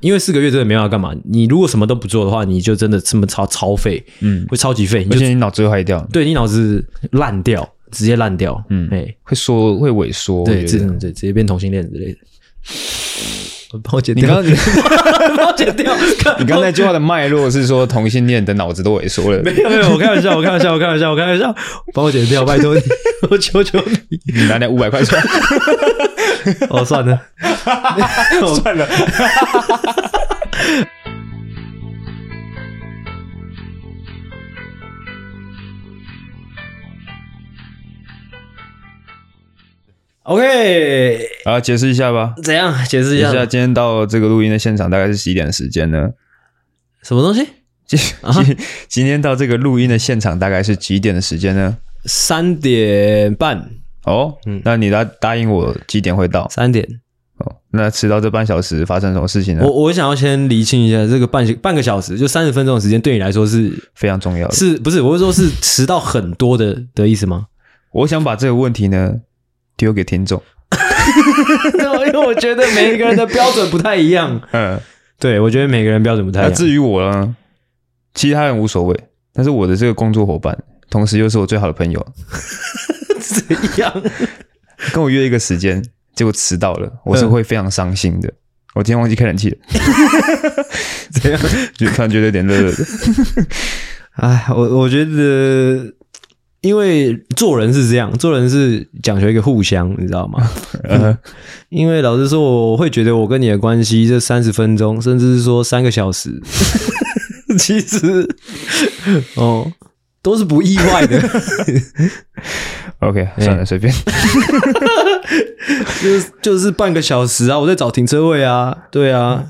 因为四个月真的没办法干嘛。你如果什么都不做的话，你就真的这么超超废，嗯，会超级废，你而就且你脑子会坏掉，对你脑子烂掉，直接烂掉。嗯，哎、会缩，会萎缩。对，我这觉得对直接变同性恋之类的。帮我剪你掉，刚你 帮我剪掉。看刚那句话的脉络是说同性恋的脑子都萎缩了，没有没有，我开玩笑，我开玩笑，我开玩笑，我开玩笑，帮我剪掉，拜托你， 我求求你。你拿那五百块出来， 哦，算 了，算了。 OK，好，解释一下吧，怎样解释解一释一下下今天到这个录音的现场大概是几点的时间呢？ 什么东西？今今今天到这个录音的现场大概是几点的时间呢？三点半，哦，那你答答应我几点会到？三点。哦，那迟到这半小时发生什么事情呢我？我想要先厘清一下，这个半半个小时就三十分钟的时间，对你来说是非常重要的。是不是？我是说，是迟到很多的的意思吗？我想把这个问题呢丢给听众。对， 因为我觉得每一个人的标准不太一样。啊嗯，对，我觉得每个人标准不太那一样。至于我呢，其他人无所谓，但是我的这个工作伙伴，同时又是我最好的朋友， 怎样？跟我约一个时间，结果迟到了，我是嗯会非常伤心的。我今天忘记开冷 气了，怎 样？就突然觉得有点热热的。哎，我我觉得，因为做人是这样，做人是讲究一个互相，你知道 吗？嗯呃因为老实说，我会觉得我跟你的关系这三十分钟，甚至是说三个小时， 其实哦都是不意外的， OK，算哎了，随便。就是就是半个小时啊，我在找停车位啊，对啊，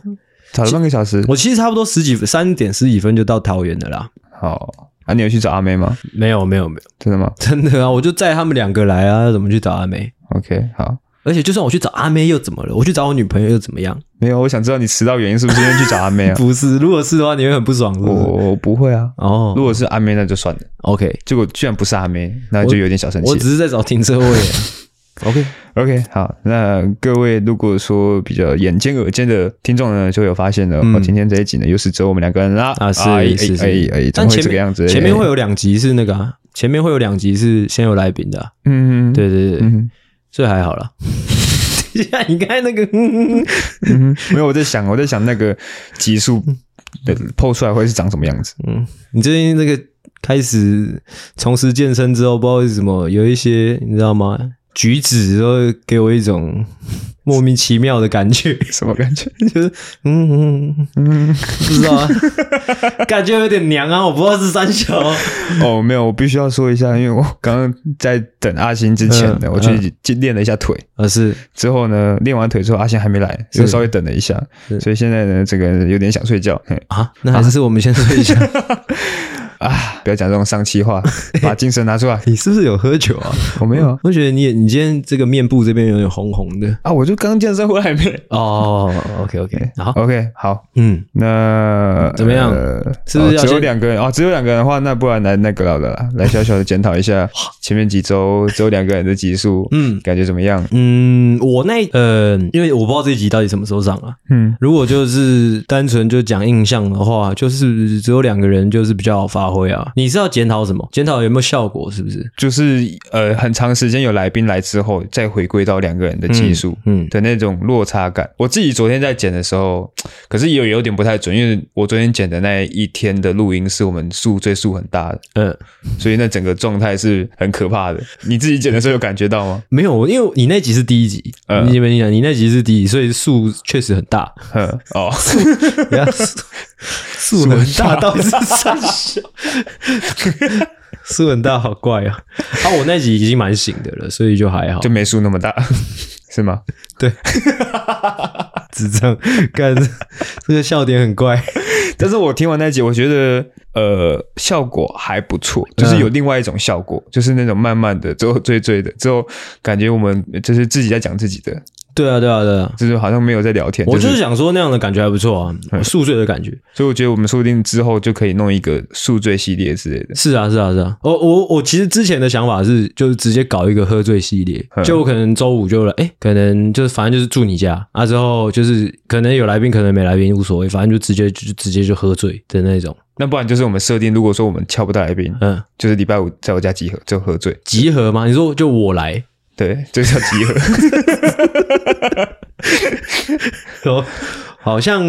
找了半个小时，我其实差不多十几三点十几分就到桃园的啦。好啊，你有去找阿妹吗？没有没有没有，真的吗真的啊，我就载他们两个来啊，怎么去找阿妹？ ？OK，好，而且就算我去找阿妹又怎么了？我去找我女朋友又怎么样？没有，我想知道你迟到原因是不是因为去找阿妹啊？ 不是，如果是的话，你会很不爽，是我 不是？我不会啊，哦如果是阿妹那就算了， ，OK，结果居然不是阿妹，那就有点小生气我。只是在找停车 位。 OK OK，好，那各位如果说比较眼尖耳尖的听众呢，就有发现了，哦，今天这一集呢又是只有我们两个人啦，嗯啊，是哎是哎是，哎哎，怎但么会前这个面样子？前面会哎，有两集是那个、啊，前面会有两集是先有来宾的啊、嗯，对对对，嗯，所以还好啦。 等一下，你刚才那个， 嗯嗯嗯嗯，没有，我在想，我在想那个集数的抛出来会是长什么样子，嗯，你最近那个开始从事健身之后，不知道为什么有一些你知道吗？举止都会给我一种莫名其妙的感觉，什么感觉？ 就是嗯嗯嗯，不知道、 啊，感觉有点娘啊，我不知道是三小啊、哦，没有，我必须要说一下，因为我刚刚在等阿星之前呢，嗯我去去练了一下腿，而是之后呢，练完腿之后阿星还没来，是就稍微等了一下，是所以现在呢，这个有点想睡觉。嘿啊，那还是我们先说一下， 啊，不要讲这种丧气话，把精神拿出来。 你是不是有喝酒啊？我没有啊，我觉得你也，你今天这个面部这边有点红红的。啊我就刚健身回来没。哦，OK OK，好， OK，好，嗯，那怎么样呃是不是哦要只有先两个人哦，只有两个人的话，那不然来那个了的啦，来小小的检讨一下前面几周只有两个人的集数，嗯感觉怎么样？嗯，我那呃，因为我不知道这一集到底什么时候上啊。嗯，如果就是单纯就讲印象的话，就是只有两个人，就是比较好发挥啊。你是要检讨什么？检讨有没有效果？是不是？就是呃，很长时间有来宾来之后，再回归到两个人的技术。嗯，的那种落差感，我自己昨天在剪的时候，可是也有有点不太准，因为我昨天剪的那一天的录音是我们数最数很大 的，嗯，呃，所以那整个状态是很可怕的。你自己剪的时候有感觉到 吗？没有，因为你那集是第一集，呃你没讲，你那集是第一集，所以数确实很 大。哼，哦，人家树树很大到底是三小，树很大好怪啊！啊，我那集已经蛮醒的了，所以就还好就。没数那么大， 是吗？智障，干这这个笑点很怪。但是我听完那集，我觉得呃效果还不错，就是有另外一种效果，就是那种慢慢的，之后追追的，之后感觉我们就是自己在讲自己的，对啊，对啊，对啊。就是好像没有在聊天。我就就是是想说那样的感觉还不错啊，宿醉的感觉。所以我觉得我们说不定之后就可以弄一个宿醉系列之类的。是啊，是啊，是啊。我我我其实之前的想法是，就是直接搞一个喝醉系列，嗯就我可能周五就来，哎、可能就是反正就是住你家啊，之后就是可能有来宾，可能没来宾无所谓，反正就直接就直接就喝醉的那种。那不然就是我们设定，如果说我们敲不到来宾，嗯，就是礼拜五在我家集合就喝醉，集合吗？你说就我来，对， 这叫集合。哦好像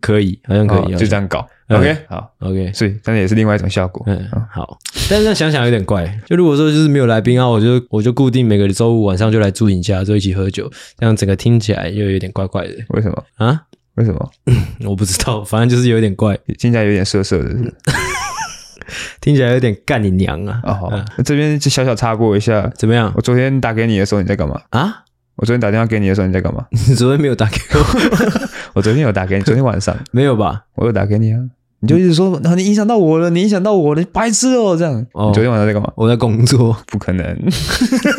可以，好像 可以，好好像哦就这样搞。嗯 OK，好， OK。所以但是也是另外一种效果。嗯，好，但是这样想想有点怪。就如果说就是没有来宾啊，我就我就固定每个周五晚上就来住你家，就一起喝酒，这样整个听起来又有点怪怪的为什么？啊。为什么？我不知道，反正就是有点怪，听起来有点涩涩的是不是。嗯听起来有点干你娘啊！哦，好嗯，那这边就小小插播一下。怎么样我昨天打给你的时候你在干嘛？啊？ 我昨天打电话给你的时候你在干嘛？你昨天没有打给我？ 我昨天有打给你，昨天晚上没有吧？我有打给你啊。嗯你就一直说，啊然后你影响到我了，你影响到我了，白痴哦，这样。哦你昨天晚上在干嘛？我在工作，不可能，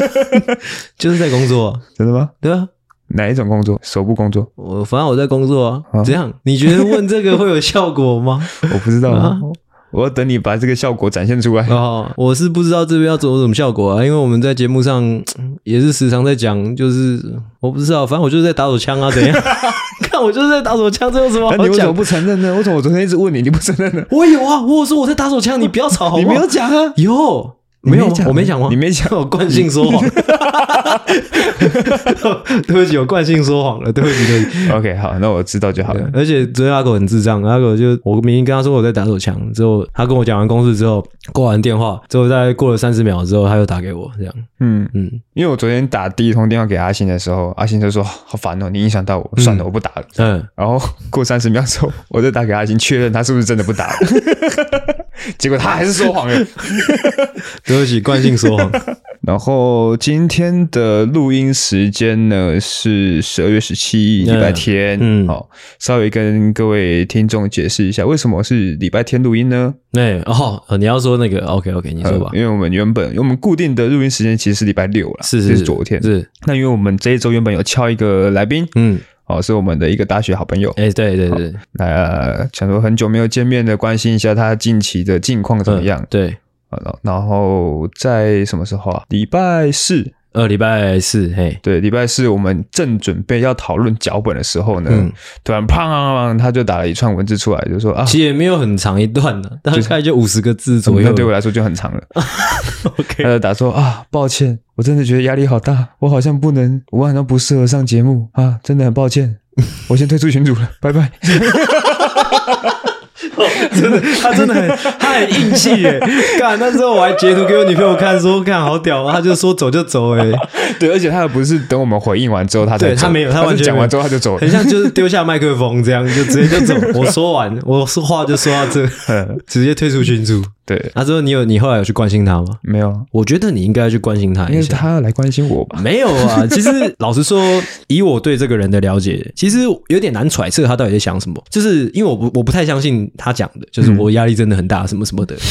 就是在工作啊，真的吗？对啊，哪一种工作？手部 工作？我反正我在工作啊。啊这样你觉得问这个会有效果吗？ 我不知道啊啊，我要等你把这个效果展现出来。哦，我是不知道这边要做什么效果啊，因为我们在节目上嗯也是时常在讲，就是我不知道，反正我就是在打手枪啊，怎样？ 看我就是在打手枪，这有什么那好你为什么讲？不承认呢？为什么我昨天一直问你，你不承认呢？我有啊，我有说我在打手枪，你不要吵好你不没好？有 讲啊，有你没有吗？讲啊我没讲吗？你没讲，我惯性说 谎，对不起，我惯性说谎了，对不起，对不起。 OK，好，那我知道就好了。而且昨天阿狗很智障，阿狗就我明明跟他说我在打手枪，之后他跟我讲完公事之后，挂完电话之后，大概过了三十秒之后，他又打给我，这样，嗯，嗯因为我昨天打第一通电话给阿信的时候，阿信就说好烦哦，你影响到我，算了，我不打了。嗯，然后过三十秒之后，我再打给阿信确认他是不是真的不打 了，结果他还是说谎了。对不起，惯性说 谎，然后今天的录音时间呢是十二月十七，礼拜天。嗯好，稍微跟各位听众解释一下，为什么是礼拜天录音呢？哎、哦，你要说那个，OK OK，你说吧嗯呃，因为我们原本我们固定的录音时间其实是礼拜六啦，是就是是昨天。是，那因为我们这一周原本有敲一个来宾，嗯，哦，是我们的一个大学好朋友，哎、对对对，那、呃、想说很久没有见面的，关心一下他近期的近况怎么样嗯？对，啊然、然后在什么时候啊？礼拜四，呃，礼拜四，嘿，对，礼拜四我们正准备要讨论脚本的时候呢，嗯突然砰砰砰，他就打了一串文字出来，就说啊。其实也没有很长一段呢、大概就五十个字左那右。对我来说就很长了，他 OK，就打说啊，抱歉，我真的觉得压力好大，我好像不能，我好像不适合上节目啊，真的很抱 歉，我先退出群组了，拜拜。 真的，他真的很，他很硬气耶！ 干，那时候我还截图给我女朋友看，说干好屌啊，他就说走就走哎， 对，而且他不是等我们回应完之后他才对走，他没有他是完全讲没完有之后他就走了很。像就是丢下麦克风这样，就直接就走。我说完，我说话就说到 这，直接退出群组。对，他说你有，你后来有去关心他吗？没有，我觉得你应该去关心他因一为下。他要来关心我吧。 没有啊，其实老实说，以我对这个人的了解，其实有点难揣测他到底在想什么。就是因为我不我不太相信他讲的，嗯就是我压力真的很大，什么什么的。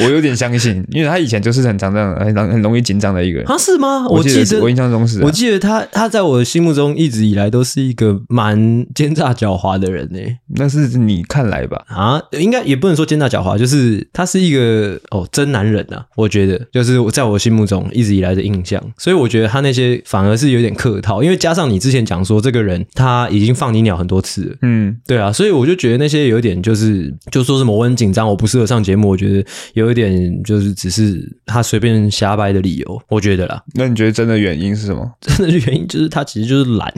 我有点相信，因为他以前就是很常这样，很很容易紧张的一个人。他是吗？我记是得我印象中是啊、我记得他，他在我心目中一直以来都是一个蛮奸诈狡猾的人呢、那是你看来吧？啊，应该也不能说奸诈狡猾，就是他是一个哦真男人啊，我觉得就是我在我心目中一直以来的印象，所以我觉得他那些反而是有点客套，因为加上你之前讲说这个人他已经放你鸟很多次了。嗯，对啊，所以我就觉得那些有点就是，就说什么我很紧张，我不适合上节目，我觉得有一点就是只是他随便瞎掰的理由，我觉得啦。 那你觉得真的原因是什么？真的原因就是他其实就是懒，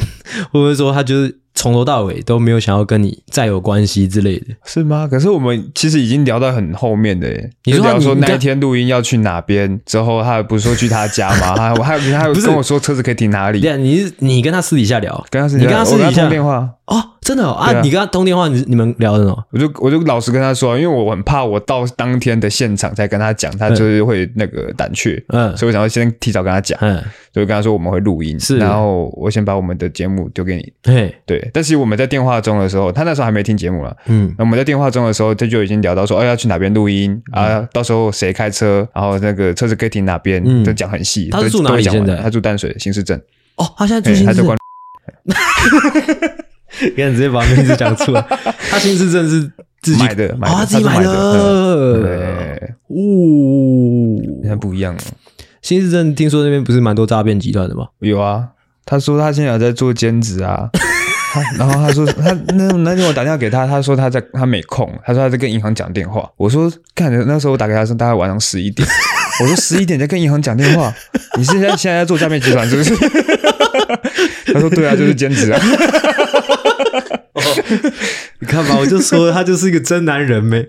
或者说他就是从头到尾都没有想要跟你再有关系之类的。是吗？可是我们其实已经聊到很后面的耶，你说就聊你说你那一刚天录音要去哪边，之后他不是说去他家 吗？他还有他有不是跟我说车子可以停哪里对，啊，你是你跟他私底下聊，跟他是你跟他私我跟底下他通电话，哦，真的哦啊对啊你跟他通电话，你你们聊的哦什么？我就我就老实跟他说，因为我很怕我到当天的现场再跟他讲，他就是会那个胆怯，嗯所以我想要先提早跟他讲，嗯，所以跟他说我们会录音，是然后我先把我们的节目丢给你，嘿，对。但是我们在电话中的时候，他那时候还没听节目了。嗯那我们在电话中的时候，这就已经聊到说，哦，要去哪边录音啊？到时候谁开车，然后那个车子可以停哪边，嗯都讲很细。他是都住哪里都讲完现在他住淡水新市镇。哦，他现在最哎，新他是 在，关，敢直接把名字讲出 来，他新市镇是自己买的买的哦他自己他是买嗯买的的，对，现在哦，呃不一样了。新市镇听说那边不是蛮多诈骗集团的吗？有啊，他说他现在有在做兼职 啊。他然后他说他那那天我打电话给他，他说他在他没空，他说他在跟银行讲电话。我说看那时候我打给他是大概晚上十一 点，我说十一点在跟银行讲电话，你现在现在在做诈骗集团是不是？ 他说对啊，就是兼职啊。你看吧，我就说他就是一个真男人 呗。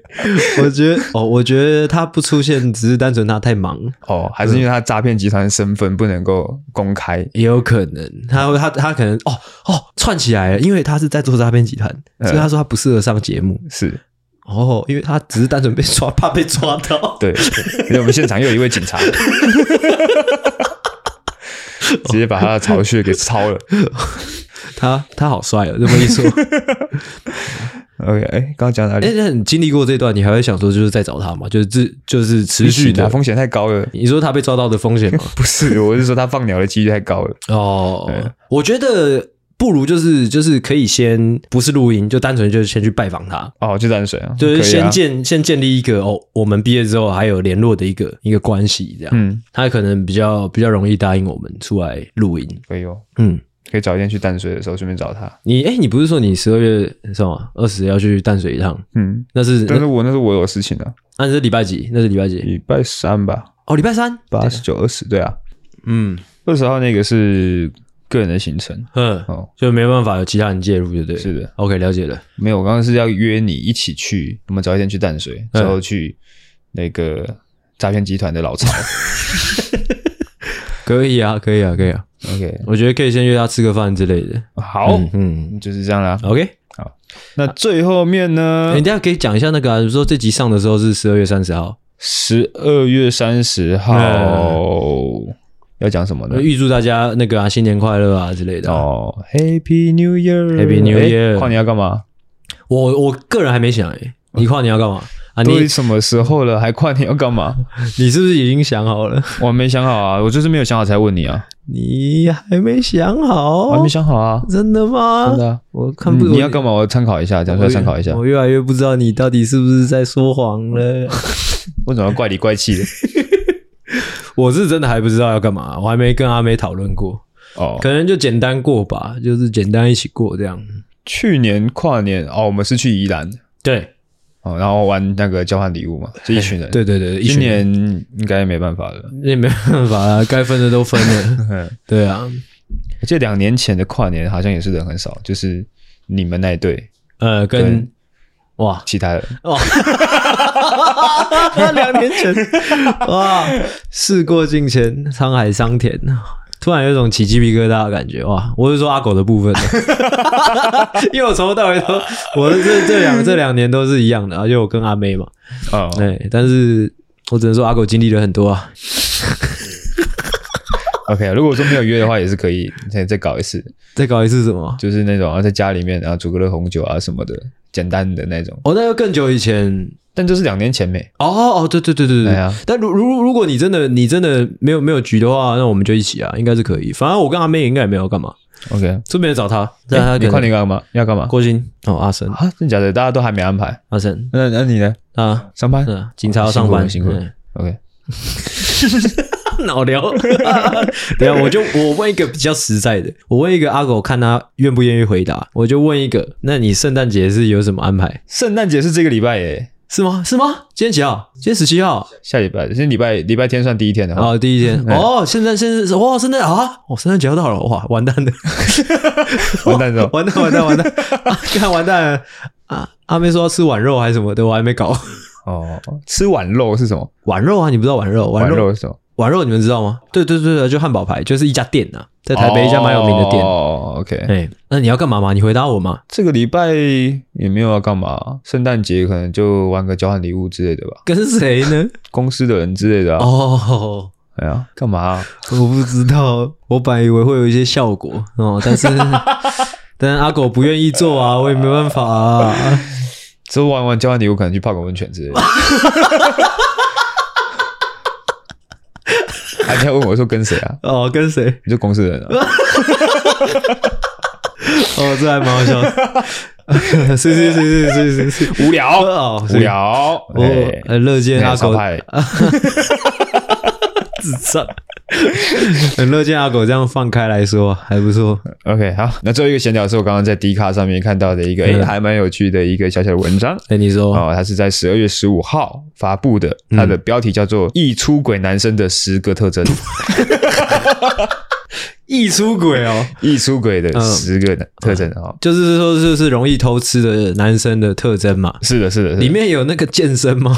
我觉得哦，我觉得他不出现只是单纯他太忙，哦，还是因为他诈骗集团的身份不能够公开，也有可能他他他可能哦哦串起来了，因为他是在做诈骗集团，所以他说他不适合上节目。是哦，因为他只是单纯被抓，怕被抓到。 对。因为我们现场又有一位警 察，直接把他的巢穴给抄了。他他好帅哦，这么一 说。 OK，哎，刚刚讲到哪里哎、？那你经历过这段，你还会想说就是再找他吗？就是自就是持续的的。风险太高了。你说他被抓到的风险 吗？不是，我是说他放鸟的几率太高了。哦，我觉得不如就是就是可以先不是录音，就单纯就是先去拜访他，哦，就淡水啊，就是可以先啊。建、先建立一个哦，我们毕业之后还有联络的一个一个关系，这样、嗯，他可能比较比较容易答应我们出来录音。可以哦，嗯，可以早一天去淡水的时候顺便找他。你哎、你不是说你十二月什么二十要去淡水一趟？嗯，那是但那是我那是我有事情的，那是礼拜几？那是礼拜几？礼拜三吧，哦，礼拜三。八十九二十，对啊，嗯二十号那个是个人的行程。嗯，哦，就没办法有其他人介入，对不对？是的。 OK，了解了。没有，我刚刚是要约你一起去，我们早一天去淡水，嗯之后去那个诈骗集团的 老巢。可以啊，可以啊，可以啊。 OK，我觉得可以先约他吃个饭之类的。好，嗯就是这样啦。哎，OK。那最后面呢你？等一下可以讲一下那个、啊，比如说这集上的时候是十二月三十号，十二月三十号、哎要讲什么呢？预祝大家那个啊新年快乐啊之类的啊、哦，Happy New Happy Year，Happy New Year 跨年要干嘛？我我个人还没想诶、欸你跨年要干嘛啊？都你什么时候了，还跨年要干嘛？ 你是不是已经想好了？我还没想好啊，我就是没有想好才问你啊， 你还没想好？我还没想好啊，真的吗？真的啊。我看哦不你你要干嘛？我参考一下，讲出来参考一下我。。我越来越不知道你到底是不是在说谎了。为什么要怪里 怪气的？我是真的还不知道要干嘛，我还没跟阿美讨论过，哦，可能就简单过吧，就是简单一起过这样。去年跨年哦，我们是去宜兰对，哦，然后玩那个交换礼 物嘛，就一群人。，对对对，一今群人年应该没办法了。也没办法啊，该分的都分了。对啊，我记得两年前的跨年好像也是人很少，就是你们那一队，呃，跟哇其他人哇，两年前 哇，事过境迁，沧海桑田。突然有一种起鸡皮疙瘩的感觉，哇！我是说阿狗的部分， 因为我从头到尾都，我这这两这两年都是一样的，而且我跟阿妹嘛， 哦，对，但是我只能说阿狗经历了很多啊， OK，如果说没有约的话，也是可以 再再搞一次，再搞一次什么？就是那种啊，在家里面然后煮个热红酒啊什么的，简单的那种。哦，那要更久以前但就是两年前没，哦哦，对对对对对。对啊但如如如果你真的你真的没有没有局的话，那我们就一起啊，应该是可以。反正我跟阿妹应该也没有干嘛， OK，顺便找她，但她诶可你能跨年干嘛？要干嘛？郭鑫哦，阿生啊，真假的，大家都还没安排。阿生那那你呢？啊，上班是啊警察要上班，辛苦了辛嗯苦了。OK， 脑聊。对啊，我就我问一个比较实在的，我问一个阿狗看他愿不愿意回答，我就问一个，那你圣诞节是有什么安排？圣诞节是这个礼拜耶，是吗？是吗？今天几号？今天十七号。下礼拜，今天礼拜礼拜天算第一天的话。哦，第一天哦，现在现在是哇，圣诞啊，哦，圣诞节要到了，哇，完蛋了， 完蛋了 完蛋，完蛋，完蛋，啊，看完蛋了啊！阿妹说要吃碗肉还是什么的，我还没搞哦，吃碗肉是什么？碗肉啊，你不知道碗肉？碗碗肉，肉是什么？碗肉，你们知道吗？对对对对，就汉堡排，就是一家店呐、在台北一家蛮有名的店。哦，OK，哎，那你要干嘛吗？你回答我嘛。 这个礼拜也没有要干嘛，圣诞节可能就玩个交换礼物之类的吧，跟谁呢？公司的人之类的啊。哦，哎呀，干嘛、我不知道，我本来以为会有一些效果哦，但是但阿狗不愿意做啊，我也没办法啊。之后玩完交换礼物，可能去泡个温泉之类的。 他就问我说跟谁啊？哦，跟谁？你就公司人 啊？哦，这还蛮好笑的。 是是是是是是是，无聊，哦，无是。聊，我哎，呃乐见阿那狗超派，智障， 很乐见阿狗这样放开来说还不错。 OK，好，那最后一个闲聊是我刚刚在 D 卡上面看到的一个，哎、嗯还蛮有趣的一个小小的文章。哎，你说哦，它是在十二月十五号发布的，它的标题叫做《易出轨男生的十个特征》， 易出轨哦，易出轨的十个特征嗯哦，就是说就是容易偷吃的男生的特征嘛。是的，是的，是的里面有那个健身 吗？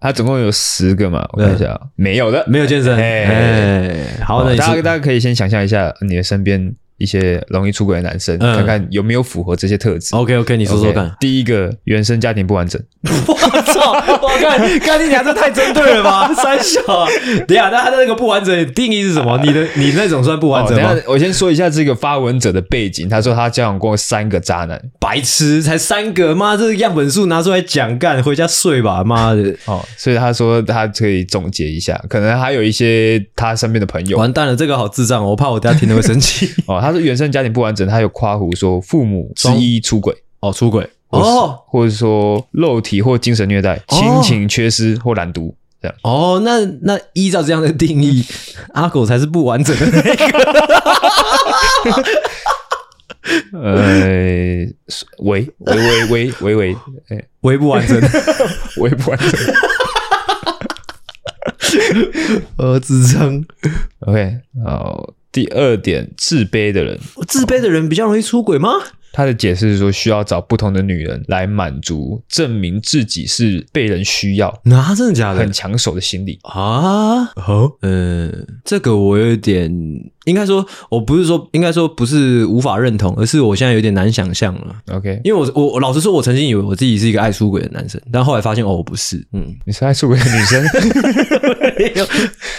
它总共有十个嘛，我看一下啊，没有的，嗯没有健身。哎哎，好，那哦你大家说大家可以先想象一下你的身边一些容易出轨的男生，嗯看看有没有符合这些特质。 OK OK，你说说 OK，看。第一个原生家庭不完整，我操！我看，看你俩这太针对了吧？三小啊， 等一下，那他的那个不完整的定义是什么？你的你那种算不完哦，整等一吗？下，我先说一下这个发文者的背景。他说他交往过三个渣男。白痴，才三个，妈，这个样本数拿出来讲干，回家睡吧，妈的！哦，所以他说他可以总结一下，可能还有一些他身边的朋友完蛋了，这个好智障哦，我怕我等下听了会生 气。哦，他是原生家庭不完整，他有夸胡说父母之一出轨，哦，出轨或是哦或者说肉体或精神虐待、亲情缺失或懒惰这样。哦，那那依照这样的定 义，阿狗才是不完整的那 个。呃，喂喂喂喂喂喂，哎为不完整， 喂不完整。呃，智障， OK，好，第二点，自卑的人，自卑的人比较容易出轨吗？他的解释是说，需要找不同的女人来满足，证明自己是被人需要，那、 啊、真的假的很？抢手的心理。啊，哦，嗯，这个我有点，应该说，我不是说，应该说不是无法认同，而是我现在有点难想象了。 OK，因为我我我老实说，我曾经以为我自己是一个爱出轨的男生，但后来发现哦，我不是，嗯，你是爱出轨的女 生，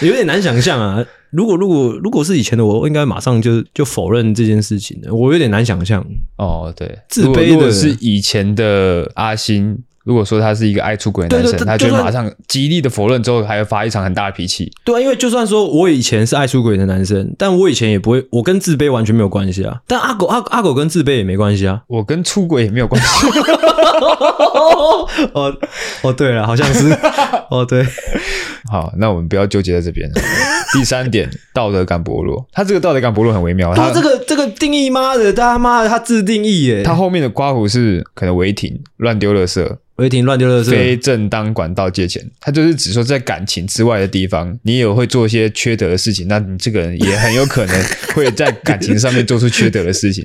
有点难想象啊。如果如果如果是以前的我，我应该马上就就否认这件事情的。我有点难想象，哦，对，自卑的如果如果是以前的阿星，如果说他是一个爱出轨的男生，对对对他就就会算马上极力的否认，之后还会发一场很大的脾气。对啊，因为就算说我以前是爱出轨的男生，但我以前也不会，我跟自卑完全没有关系啊。但阿狗阿阿狗跟自卑也没关系啊。 我跟出轨也没有关系。哦哦哦，对了，好像是哦对，好，那我们不要纠结在这边。 第三点，道德感薄弱，他这个道德感薄弱很微妙。他他这个这个定义，妈的，他妈的他自定义耶。他后面的刮胡是可能违停、乱丢垃圾、我一听乱丢垃圾非正当管道借钱，他就是只说在感情之外的地方，你也会做一些缺德的事情，那你这个人也很有可能会在感情上面做出缺德的事情。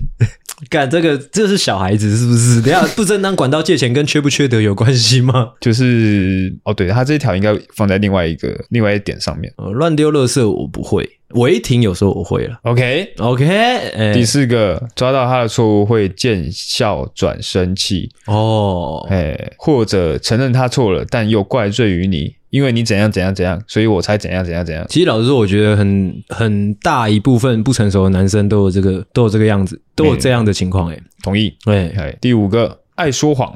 干这个这是小孩子是不是？等 一下不正当管道借钱跟缺不缺德有关系吗？ 就是哦，对，他这一条应该放在另外一个另外一点上面。呃，乱丢垃圾我不会，违停有时候我会了。 OK， OK，哎、第四个，抓到他的错误会见笑转生气，哦，哎，或者承认他错了，但又怪罪于你，因为你怎样怎样怎样，所以我才怎样怎样怎样。其实老实说，我觉得很很大一部分不成熟的男生都有这个都有这个样子，都有这样的情况、欸。同意。哎、哎，第五个爱说谎，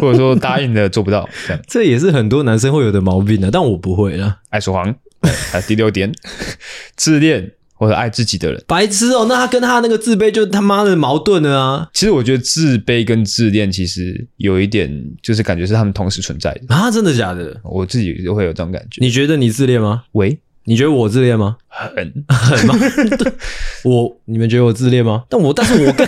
或 或者说答应的做不到，这样这也是很多男生会有的毛病的、但我不会啦。爱说谎。 哎，第六点， 自恋或者爱自己的人。白痴哦，那他跟他那个自卑就他妈的矛盾了啊！其实我觉得自卑跟自恋其实有一点，就是感觉是他们同时存在的。啊，真的假的？我自己就会有这种感觉。你觉得你自恋吗？喂，你觉得我自恋吗？很，很吗？ 我你们觉得我自恋吗？但我但是我跟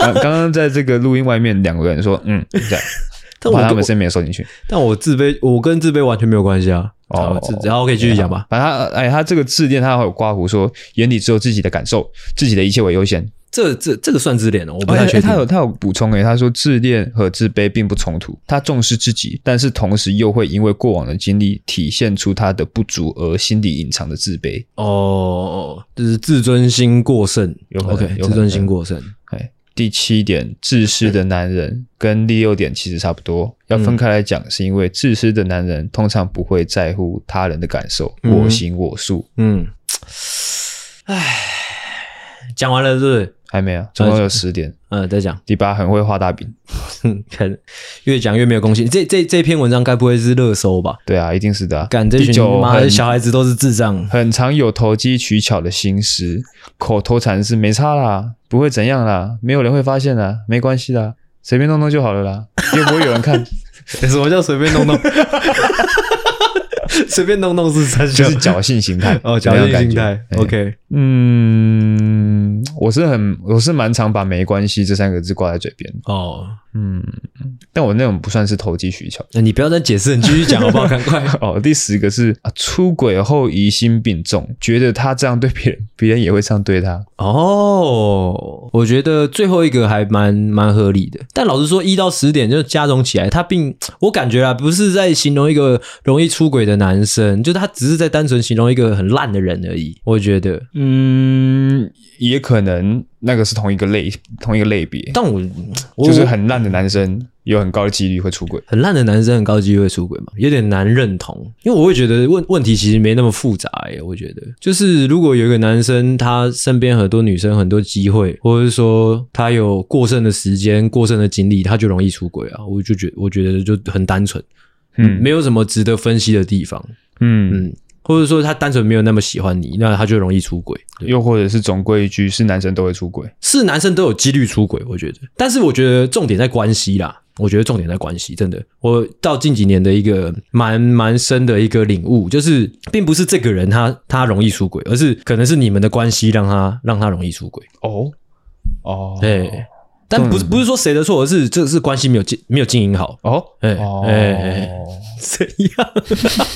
呃刚刚在这个录音外面，两个人说，嗯，这样， 但我把他跟们声音没有收进去。但我自卑，我跟自卑完全没有关系啊。哦哦，自然后可以继续讲吧。反正他，哎，他这个自恋，他还有刮胡说，眼里只有自己的感受，自己的一切为优先。这这这个算自恋哦，我不哦太哎确定。他有他有补充诶，他说自恋和自卑并不冲突，他重视自己，但是同时又会因为过往的经历体现出他的不足而心里隐藏的自卑。哦，就是自尊心过剩，有可能 OK，有可能自尊心过剩。哎，第七点，自私的男人跟第六点其实差不多，要嗯分开来讲，是因为自私的男人通常不会在乎他人的感受，嗯我行我素。嗯，唉，讲完了是不是？还没啊，总共有十点。呃，再讲， 第八很会画大饼，哼可能越讲越没有公信力。这这这篇文章该不会是热搜吧？对啊，一定是的、啊。干这第群九妈的很小孩子都是智障，很常有投机取巧的心思，口头禅是没差啦，不会怎样啦，没有人会发现啦，没关系啦，随便弄弄就好了啦，又不会有 人看，欸什么叫随便弄弄？ 随便弄弄是三就小是侥幸心态 哦，那侥种幸感心觉态。哎 OK，嗯，我是很我是蛮常把“没关系”这三个字挂在嘴边，哦，嗯，但我那种不算是投机取巧。那你不要再解释，你继续讲好 不好？赶快。哦，第十个是、啊、出轨后疑心病重，觉得他这样对别人，别人也会这样对他。哦，我觉得最后一个还蛮蛮合理的，但老实说，一到十点就加总起来，他并我感觉啊，不是在形容一个容易出轨的男生，就他只是在单纯形容一个很烂的人而已。我觉得，嗯，也可能那个是同一个类同一个类别，但我我就是很烂的男生有很高的几率会出轨。很烂的男生很高机会出轨嘛，有点难认同，因为我会觉得问问题其实没那么复杂诶、我觉得就是如果有一个男生他身边很多女生很多机会，或者是说他有过剩的时间、过剩的精力，他就容易出轨啊。我就觉我觉得就很单纯，嗯没有什么值得分析的地方，嗯，嗯，或者说他单纯没有那么喜欢你，那他就容易出轨。对又或者是总归一句，是男生都会出轨。是男生都有几率出轨，我觉得。但是我觉得重点在关系啦，我觉得重点在关系，真的。我到近几年的一个蛮蛮深的一个领悟，就是并不是这个人他他容易出轨，而是可能是你们的关系让他让他容易出轨。哦哦，对，但不是不是说谁的错，而是这是关系没有经没有经营好。哦哎哦哎哎， 怎样？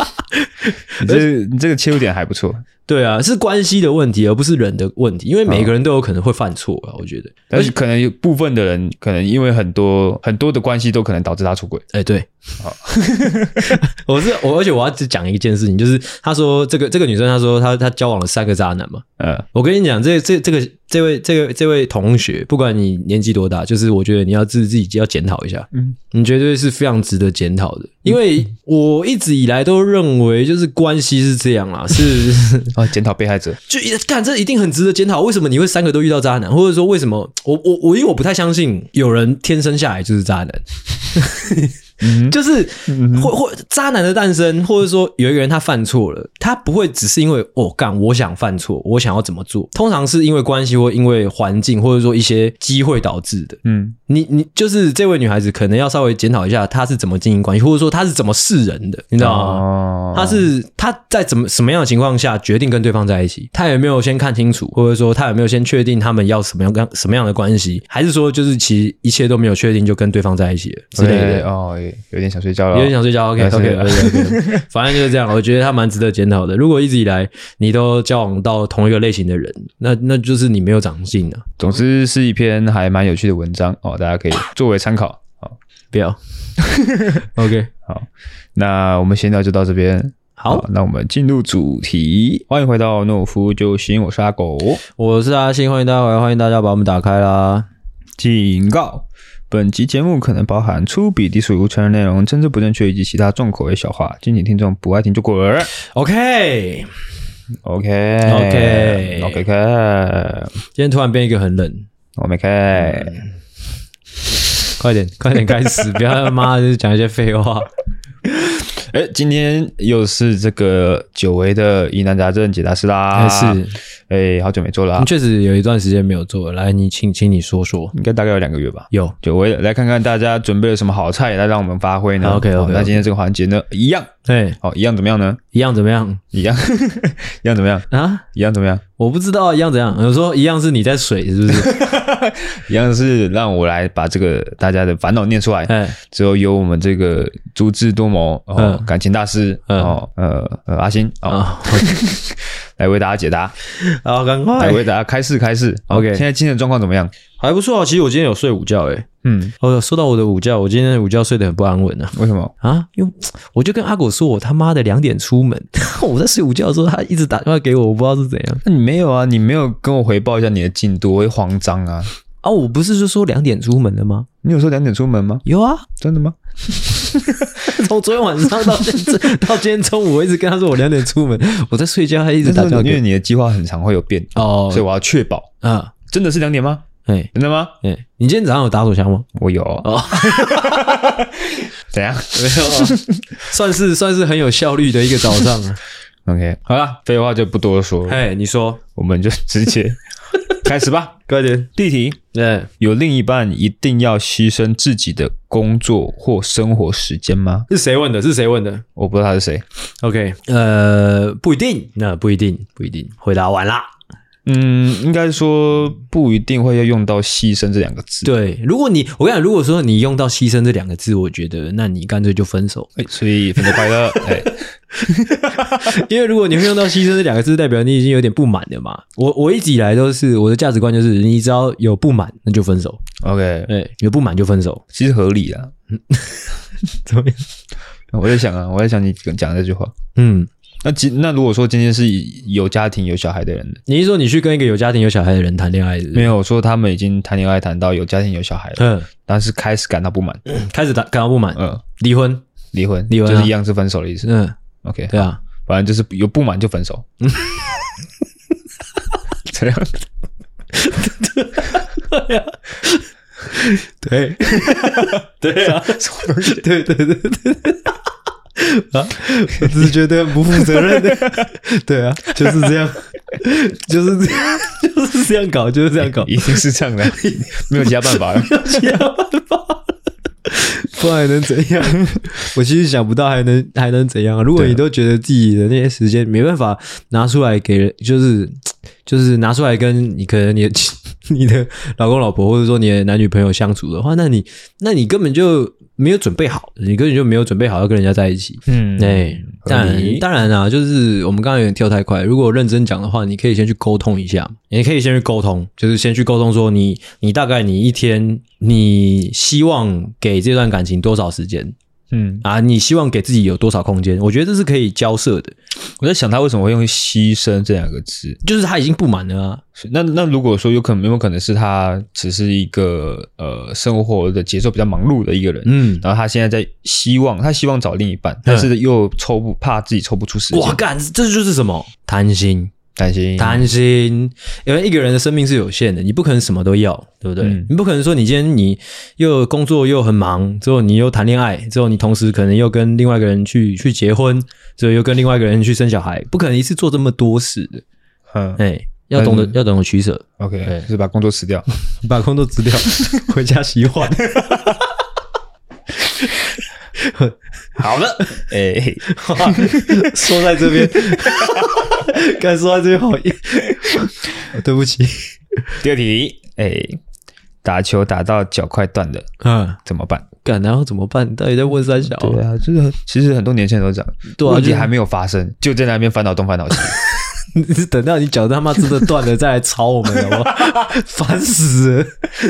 你这你这个切入点还不错，对啊，是关系的问题，而不是人的问题，因为每个人都有可能会犯错啊，我觉得。但是可能有部分的人，可能因为很多很多的关系都可能导致他出轨。哎、对，好 我是我，而且我要只讲一件事情，就是她说这个这个女生，她说她她交往了三个渣男嘛。嗯我跟你讲，这这这个这位这个这位同学，不管你年纪多大，就是我觉得你要自自己要检讨一下，嗯你绝对是非常值得检讨的，因为我一直以来都认为就是关系是这样啦，是 啊，检讨被害者。就一干这一定很值得检讨，为什么你会三个都遇到渣男，或者说为什么我我我因为我不太相信有人天生下来就是渣男，嗯就是嗯或或渣男的诞生，或者说有一个人他犯错了，他不会只是因为哦干我想犯错，我想要怎么做，通常是因为关系或因为环境或者说一些机会导致的。嗯你你就是这位女孩子，可能要稍微检讨一下她是怎么经营关系，或者说她是怎么示人的，你知道吗？哦他是他在怎么什么样的情况下决定跟对方在一起？他有没有先看清楚，或者说他有没有先确定他们要什么样跟什么样的关系？还是说就是其实一切都没有确定就跟对方在一起了之类对的？哦，有有点想睡觉了。有点想睡觉，OK 哎 OK 是 OK OK，反正就是这样。我觉得他蛮值得检讨的。如果一直以来你都交往到同一个类型的人，那那就是你没有长进啊！总之是一篇还蛮有趣的文章哦，大家可以作为参考。好，不要 ，OK，那我们闲聊就到这边。好，那我们进入主题。欢迎回到懦夫就行，我是阿狗。我是阿信，欢迎大家回来，欢迎大家把我们打开啦。警告：本集节目可能包含粗鄙、低俗、无成人内容、政治不正确以及其他重口味小话，敬请听众不爱听就滚。 OK， OK 哦 OK OK OK，今天突然变一个很冷，我哦没开。快点， 快点开始，不要他妈的就是讲一些废话。哎、今天又是这个久违的疑难杂症解答师啦。是，哎、好久没做了啊、你确实有一段时间没有做了，来，你请，请你说说。应该大概有两个月吧。有，久违了，来看看大家准备了什么好菜来让我们发挥呢好，OK，OK，好 OK，那 OK 今天这个环节呢，一样，对，哦，一样怎么样呢？哎一样怎么样一样， 一样怎么样？啊？一样怎么样？我不知道一样怎样。有时候一样是你在水，是不 是？一样是让我来把这个大家的烦恼念出来，哎，之后由我们这个足智多谋哦，嗯感情大师、嗯哦，呃呃阿星哦，啊， 来为大家解答，好，赶来快为大家开示开示。哦 OK 现在今天的状况怎么样？还不错啊。其实我今天有睡午觉诶、嗯，哦，说到我的午觉，我今天的午觉睡得很不安稳啊。为什么？啊，因为我就跟阿果说，我他妈的两点出门， 我在睡午觉的时候，他一直打电话给我，我不知道是怎样那你没有啊？你没有跟我回报一下你的进度，我会慌张啊。啊。我不是就说两点出门的吗？你有说两点出门吗？有啊，真的吗？ 从昨天晚上到现在到今天中午，我一直跟他说我两点出门，我在睡觉，他一直打但电是话因给为你的计划很常会有变，我。哦所以我要确保啊，真的是两点吗？哎真的吗？哎，你今天早上有打手枪吗？我有，哦， 怎样没有啊，算是算是很有效率的一个早上 啊。 ？OK，好了，废话就不多说了，哎，你说，我们就直接开始吧。 快点，第一题，对，有另一半一定要牺牲自己的工作或生活时间吗？是谁问的？是谁问的我不知道他是谁。 ？OK，呃，不一定，那不一定，不一定。回答完啦。嗯，应该说不一定会要用到“牺牲”这两个字。对，如果你我跟你讲，如果说你用到“牺牲”这两个字，我觉得那你干脆就分手，哎，所以分手快 乐。哎，因为如果你会用到“牺牲”这两个字，代表你已经有点不满了嘛。我我一直以来都是我的价值观就是，你只要有不满，那就分手。 OK，哎，有不满就分手，其实合理啊。怎么样？我在想啊，我在想你讲的这句话。嗯，那今那如果说今天是有家庭有小孩的人呢，你是说你去跟一个有家庭有小孩的人谈恋爱是不是没？有说他们已经谈恋爱谈到有家庭有小孩了，嗯，但是开始感到不满，开始打感到不满，嗯，离婚。离婚，离婚啊就是一样是分手的意思。嗯， OK，对啊，反正就是有不满就分 手。这样 对，对啊，什么东西？对对对对。啊，我只是觉得很不负责 任的，对啊，就是这样， 就是这样，就是这样搞，就是这样搞，一定是 这样的，没有其他办法了。其他办法了，不然还能怎样？我其实想不到还能还能怎样、啊。如果你都觉得自己的那些时间没办法拿出来给人，就是就是拿出来跟你可能你的 你的老公老婆或者说你的男女朋友相处的话，那你那你根本就没有准备好，你根本就没有准备好要跟人家在一起。嗯对，当合理然当然啊，就是我们刚刚有点跳太快。如果认真讲的话，你可以先去沟通一下，你可以先去沟通，就是先去沟通说你你大概你一天你希望给这段感情多少时间嗯，啊？你希望给自己有多少空间？我觉得这是可以交涉的，我在想他为什么会用“牺牲”这两个字。就是他已经不满了啊。是那那如果说有可能，有没有可能是他只是一个呃生活的节奏比较忙碌的一个人，嗯，然后他现在在希望他希望找另一半，但是又抽不怕自己抽不出时哇间，干，这就是什么贪心。担心贪心，因为一个人的生命是有限的，你不可能什么都要，对不对？嗯你不可能说你今天你又工作又很忙，之后你又谈恋爱，之后你同时可能又跟另外一个人去去结婚，之后又跟另外一个人去生小孩，不可能一次做这么多事的。嗯哎、要懂得、嗯要懂得取舍， ，OK，对就是把工作辞掉。把工作辞掉，回家洗碗。 好了， 哎、哇说在这边， 刚才说在这边好硬， 对不起。第二题，哎、打球打到脚快断了嗯，怎么办？干，然后怎么办？到底在问三小啊？对啊，这个其实很多年轻人都这样，对啊问题就是还没有发生，就在那边烦恼东烦恼西。你是 等到你脚他妈真的断了再来抄我们，好不 好？烦死了！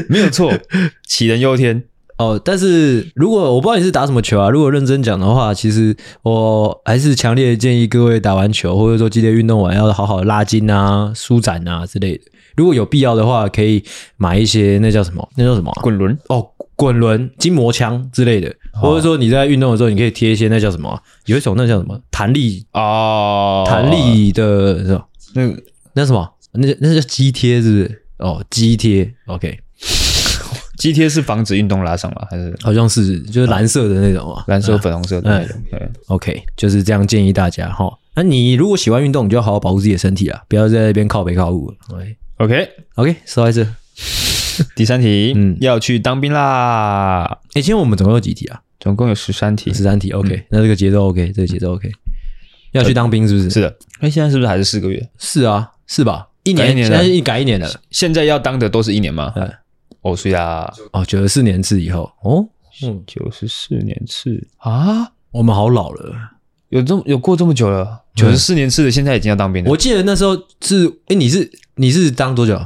没有错， 杞人忧天。哦，但是如果我不知道你是打什么球啊，如果认真讲的话，其实我还是强烈建议各位打完球或者说激烈运动完要好好拉筋啊、舒展啊之类的。如果有必要的话，可以买一些那叫什么？那叫什么啊？滚轮哦，滚轮、筋膜枪之类的，哦或者说你在运动的时候，你可以贴一些那叫什么啊？有一种那叫什么弹力哦，弹力的什么？那个那什么，那那叫肌贴是不是？哦，肌贴，OK，肌贴是防止运动拉伤吗？还是好像是就是蓝色的那种啊。蓝色、粉红色的那种？对 OK，就是这样建议大家哈。那你如果喜欢运动，你就要好好保护自己的身体啊，不要在那边靠北靠物了。 ，OK。 OK，说到这，哎、第三题，嗯要去当兵啦，今天我们总共有几题啊？嗯总共有十三题。十三题。OK，、那这个节奏 OK，这个节奏 OK。要去当兵是不是？是的，哎，现在是不是还是四个月？是啊，是吧？一年，改一年现了在一改一年了。现在要当的都是一年吗？嗯哦，所以啊，哦，九十四年制以后，哦，嗯，九十四年次啊，嗯我们好老了。有这么有过这么久了？九十四年次的现在已经要当兵了。我记得那时候是，哎、你是你是当多久？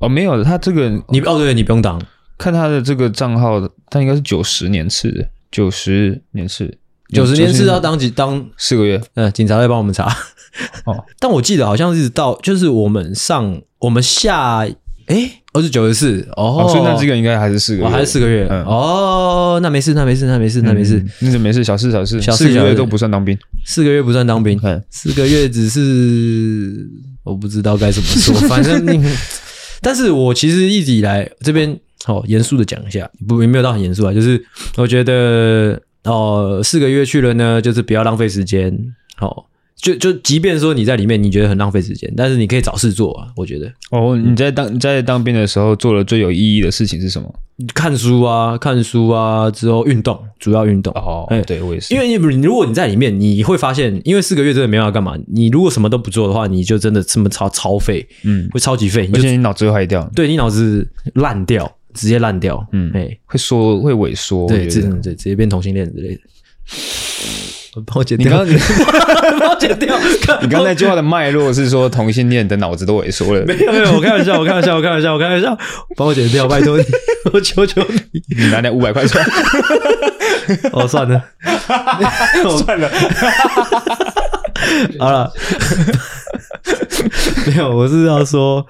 哦，没有，他这个你哦，对，你不用当。看他的这个账号，他应该是九十年次的，九十年次，九十年是要当几当？四个月呃，警察在帮我们查。哦。但我记得好像是到，就是我们上我们下，诶，哦是九十四哦哦，，所以那这个应该还是四个我月，还是四个月、嗯哦，那没事，那没事，那没事，那没事，嗯，那就没事，小事小事，小事四小个月事都不算当兵。四个月不算当兵，嗯四个月只是我不知道该怎么说，反正你但是我其实一直以来这边好严肃的讲一下，不也没有到很严肃啊，就是我觉得哦，四个月去了呢，就是不要浪费时间，好、就就即便说你在里面你觉得很浪费时间，但是你可以找事做啊，我觉得哦，你在当你在当兵的时候做了最有意义的事情是什么？看书啊，看书啊，之后运动，主要运动哦，哎对我也是，因为你如果你在里面，你会发现，因为四个月真的没办法干嘛。你如果什么都不做的话，你就真的这么超超废，嗯，会超级废，你而就且你脑子会坏掉，对你脑子烂掉，直接烂掉。嗯，哎，会缩会萎缩。对，我直觉得对直接变同性恋之类的。帮我剪你掉，刚你 帮我剪掉。你刚才那句话的脉络是说同性恋的脑子都萎缩了，没有没有，我开玩笑，我开玩笑，我开玩笑，我开玩笑，帮我剪掉，拜托你， 我求求你。你拿那五百 块出来，哦，算 了，算了，好了，没有，我是要说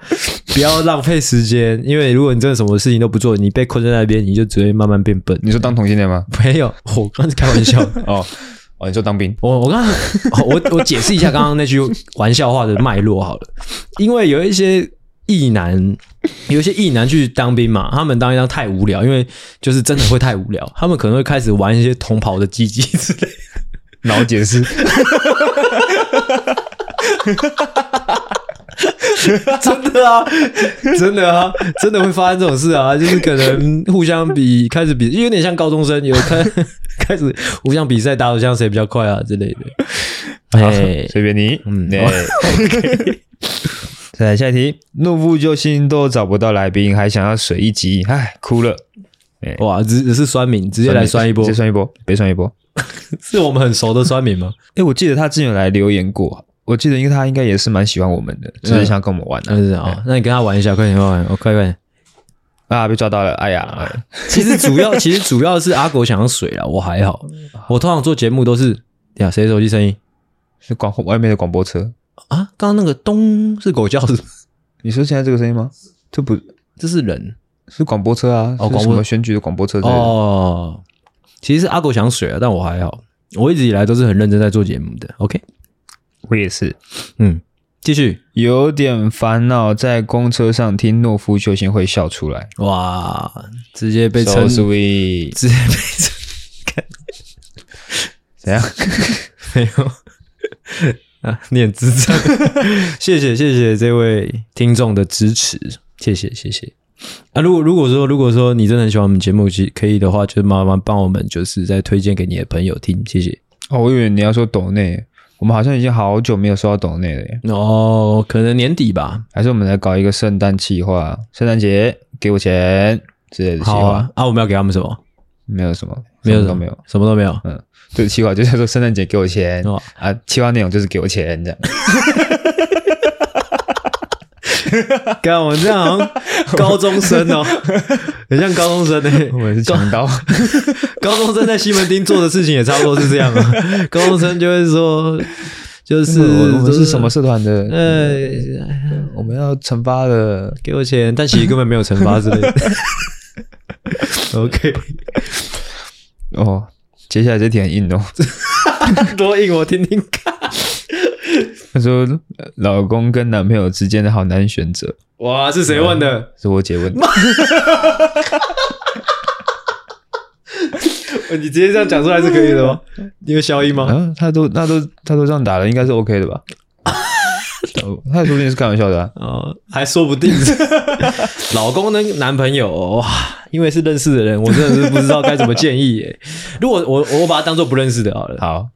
不要浪费时间，因为如果你真的什么事情都不做，你被困在那边，你就只会慢慢变笨。你说当同性恋吗？没有， 我刚才开玩笑，哦 哦，你说当兵，我我刚刚哦我我解释一下刚刚那句玩笑话的脉络好了，因为有一些。异男有一些异男去当兵嘛，他们当一当太无聊，因为就是真的会太无聊，他们可能会开始玩一些同袍的鸡鸡之类的 脑解释，真的啊，真的啊，真的会发生这种事啊，就是可能互相比，开始比，有点像高中生有开 开始互相比赛打手枪谁比较快啊之类 的。好哎，随便你，嗯嗯，哎 再来下一题，怒不救星都找不到来宾，还想要水一集，唉，哭了。哇，只只是酸民，直接来酸一波直接，酸一波，别酸一波。是我们很熟的酸民吗？哎、我记得他之前有来留言过，我记得因为他应该也是蛮喜欢我们的，只嗯是想要跟我们玩的、那是啊，那你跟他玩一下，快点快点，我快快 点。啊，被抓到了，哎呀，哎其实主要其实主要是阿狗想要水啊，我还好，我通常做节目都是呀，谁手机声音是广外面的广播车。啊？刚刚那个咚是狗叫是不是？你说现在这个声音吗？这不这是 人。是广播车啊，哦是广播什么选举的广播车之类的。哦，其实是阿狗想水啊，但我还好，我一直以来都是很认真在做节目的。OK，我也是，嗯，继续。有点烦恼，在公车上听懦夫救星会笑出来，哇，直接被称 So，sweet，直接被称怎样？没有 啊，你很智 障。谢谢谢谢这位听众的支持，谢谢谢谢。啊，如果如果说如果说你真的很喜欢我们节目，其实可以的话，就麻烦帮我们就是再推荐给你的朋友听，谢谢。 哦，我以为你要说抖内，我们好像已经好久没有收到抖内了耶，哦，可能年底吧，还是我们来搞一个圣诞企划，圣诞节给我钱之类的企好划。啊，啊，我们要给他们什么？没有什么，没有什什么都么没有。，什么都没有。嗯，这个计划就是说圣诞节给我钱、哦啊，计划内容就是给我钱这样。干，我们这样好 像高中生哦，很像高中生呢、我们是高强盗，高中生在西门町做的事情也差不多是这样啊。高中生就会说， 就是我们就是什么？社团的？呃，我们要惩罚的。给我钱，但其实根本没有惩罚之类的。OK，哦，接下来这题很硬哦。 多硬我听听看。他说，呃老公跟男朋友之间的好难选择，哇，是谁问的？是我姐问的。你直接这样讲出来是可以的吗？你有消音吗？啊，他都他都他都这样打了，应该是 OK 的吧？哦他说不定是开玩笑的、啊。哦，还说不定。老公的男朋友哇，因为是认识的人，我真的是不知道该怎么建议耶。如果我我把他当做不认识的好了，好，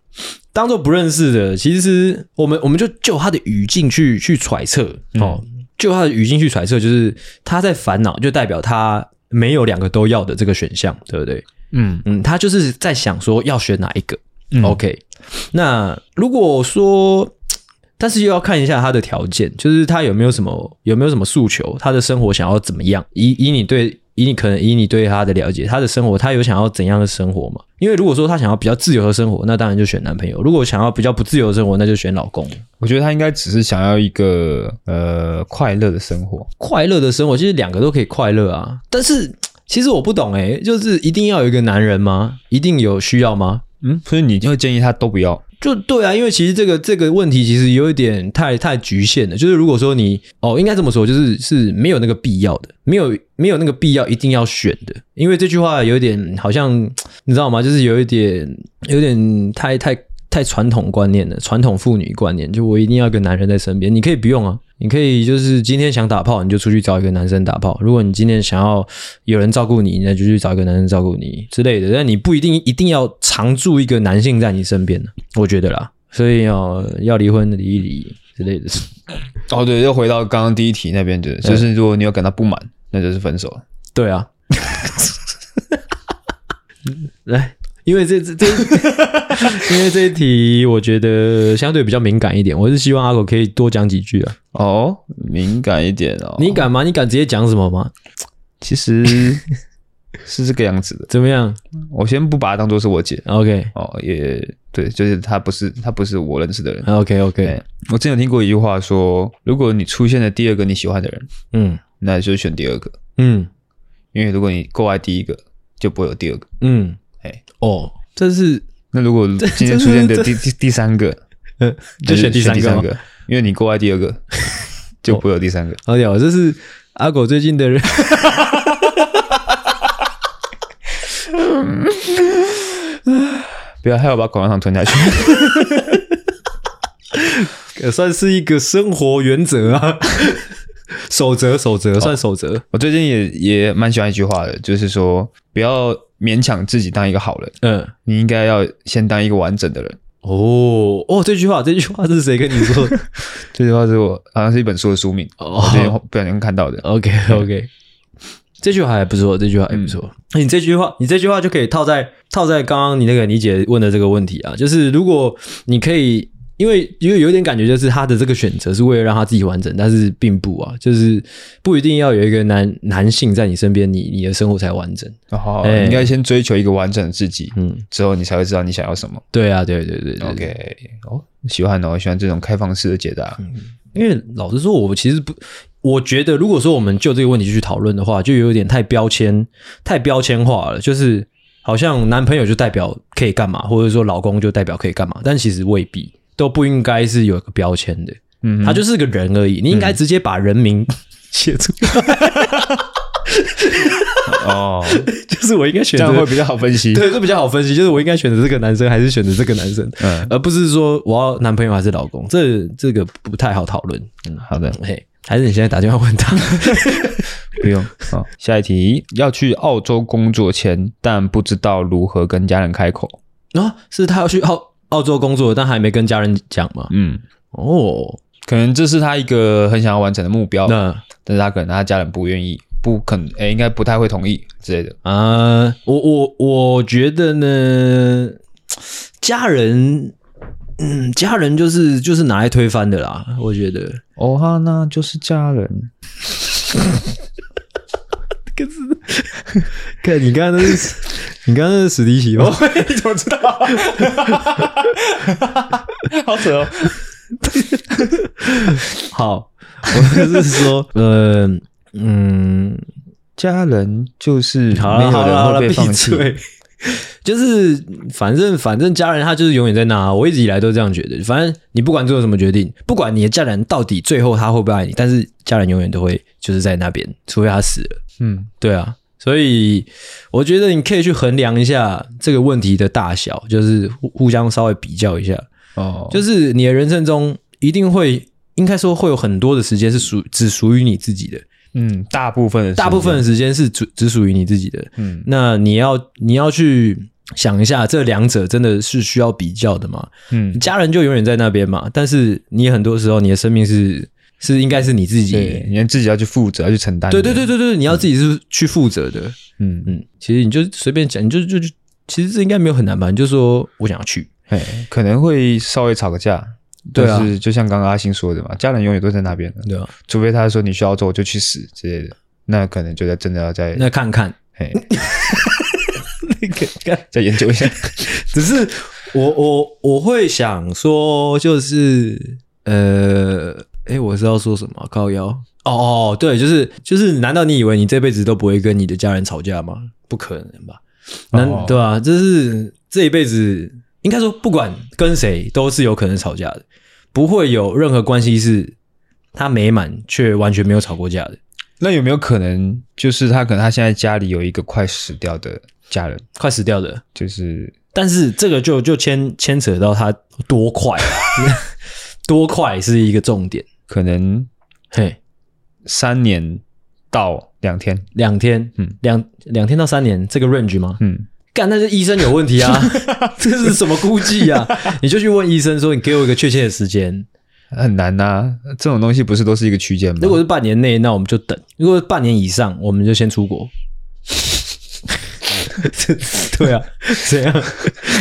当做不认识的，其实我们我们就就他的语境去去揣测哦，就他的语境去揣测，就是他在烦恼，就代表他没有两个都要的这个选项，对不对？嗯，嗯，他就是在想说要选哪一个。嗯 OK，那如果说，但是又要看一下他的条件，就是他有没有什么有没有什么诉求，他的生活想要怎么样？以以你对以你可能以你对他的了解，他的生活他有想要怎样的生活吗？因为如果说他想要比较自由的生活，那当然就选男朋友；如果想要比较不自由的生活，那就选老公。我觉得他应该只是想要一个呃快乐的生活。快乐的生活，其实两个都可以快乐啊。但是其实我不懂诶、就是一定要有一个男人吗？一定有需要吗？嗯，所以你就会建议他都不要。就对啊，因为其实这个这个问题其实有一点太太局限了。就是如果说你哦，应该这么说，就是是没有那个必要的，没有没有那个必要一定要选的。因为这句话有一点好像你知道吗？就是有一点有点太太太传统观念了，传统妇女观念，就我一定要一个男人在身边，你可以不用啊。你可以就是今天想打炮，你就出去找一个男生打炮；如果你今天想要有人照顾你，那就去找一个男生照顾你之类的。但你不一定一定要常驻一个男性在你身边我觉得啦。所以哦，要离婚离一离之类的。哦，对，又回到刚刚第一题那边，就是就是如果你有感到不满，那就是分手了。对啊， 来，因为这这这，因为这一题我觉得相对比较敏感一点，我是希望阿狗可以多讲几句啊。哦，敏感一点 哦。你敢吗？你敢直接讲什么吗？其实 是这个样子的，怎么样我先不把它当做是我姐？OK 哦，也对，就是她不是她不是我认识的人。 OK OK，对，我之前有听过一句话说，如果你出现了第二个你喜欢的人，嗯那就选第二个，嗯因为如果你够爱第一个，就不会有第二个。嗯，哎，哦，这是那如果今天出现的第第第三个，呃，就那选第三第个吗。个，因为你够爱第二个， 就不会有第三个。好屌，这是阿狗最近的人。 不要害我把口香糖吞下去。 也算是一个生活原则啊， 守则，守则算守则。我最近也也蛮喜欢一句话的，就是说不要勉强自己当一个好人，嗯，你应该要先当一个完整的人。哦哦，这句话，这句话是谁跟你说的？这句话是我好像是一本书的书名，我最 近哦不小心看到的。 ，OK OK，这句话还不错，这句话还不错。嗯你这句话，你这句话就可以套在套在刚刚你那个你姐问的这个问题啊，就是如果你可以。因为因为有点感觉，就是他的这个选择是为了让他自己完整，但是并不啊，就是不一定要有一个男男性在你身边，你你的生活才完整。然后哎应该先追求一个完整的自己，嗯，之后你才会知道你想要什么。对啊，对对对对 OK，哦，嗯喜欢哦，喜欢这种开放式的解答。因为老实说，我其实不，我觉得如果说我们就这个问题去讨论的话，就有点太标签、太标签化了，就是好像男朋友就代表可以干嘛，或者说老公就代表可以干嘛，但其实未必都不应该是有一个标签的，嗯他就是个人而已，你应该直接把人名 写出来， 哦，就是我应该这选样会择。比较好分析。对，这比较好分析，就是我应该选择这个男生还是选择这个男生，嗯而不是说我要男朋友还是老公，这这个不太好讨论。嗯，好的，嘿，还是你现在打电话问他。不用。好，下一题，要去澳洲工作前，但不知道如何跟家人开口。啊，是他要去澳澳洲工作，但还没跟家人讲嘛？嗯，哦，可能这是他一个很想要完成的目标，那但是他可能他家人不愿意，不肯，哎、应该不太会同意之类的。啊，我我我觉得呢，家人，嗯，家人就是就是拿来推翻的啦，我觉得。哦哈，那就是家人。看你刚刚那 是，你刚刚那是史迪奇吧？你怎 么知道？好扯 哦。好，我是说， 呃，嗯，家人就是好没了有好了人好会了，被闭放弃。嘴。 就是反正反正家人他就是永远在那，我一直以来都这样觉得。反正你不管做什么决定，不管你的家人到底最后他会不会爱你，但是家人永远都会就是在那边，除非他死了。嗯，对啊，所以我觉得你可以去衡量一下这个问题的大小，就是互互相稍微比较一下。哦，就就是你的人生中一定会，应该说会有很多的时间是属只属于你自己的，嗯，大部分的时间大部分的时间是只只属于你自己的。嗯那你要你要去想一下，这两者真的是需要比较的吗？嗯家人就永远在那边嘛，但是你很多时候你的生命是是应该是你自己，对，你自己要去负责，要去承担。对对对，对对，你要自己是去负责的。嗯嗯，嗯，其实你就随便讲，你就就就其实这应该没有很难吧？你就说我想要去，哎，可能会稍微吵个架。对啊但是就像刚刚阿星说的嘛，家人永远都在那边的，对吧、除非他说你需要做，我就去死之类的，那可能就在真的要再那看看嘿 那个看。再研究一下。只是我我我会想说，就是呃，诶，我是要说什么？靠腰？哦哦，对，就是就是，难道你以为你这辈子都不会跟你的家人吵架吗？不可能吧？难、哦对吧、啊？这是这一辈子应该说不管跟谁都是有可能吵架的，不会有任何关系是他美满却完全没有吵过架的。那有没有可能，就是他可能他现在家里有一个快死掉的家人，快死掉的。就是但是这个就就牵牵扯到他多快、 啊，多快是一个重点。可能嘿，三年到两天，两天，嗯两两天到三年这个 range 吗？嗯，干，那是医生有问题 啊，这是什么估计啊？你就去问医生说，你给我一个确切的时嗯间。很难呐、这种东西不是都是一个区间吗？如果是半年内，那我们就等；如果是半年以上，我们就先出 国。对啊，怎样？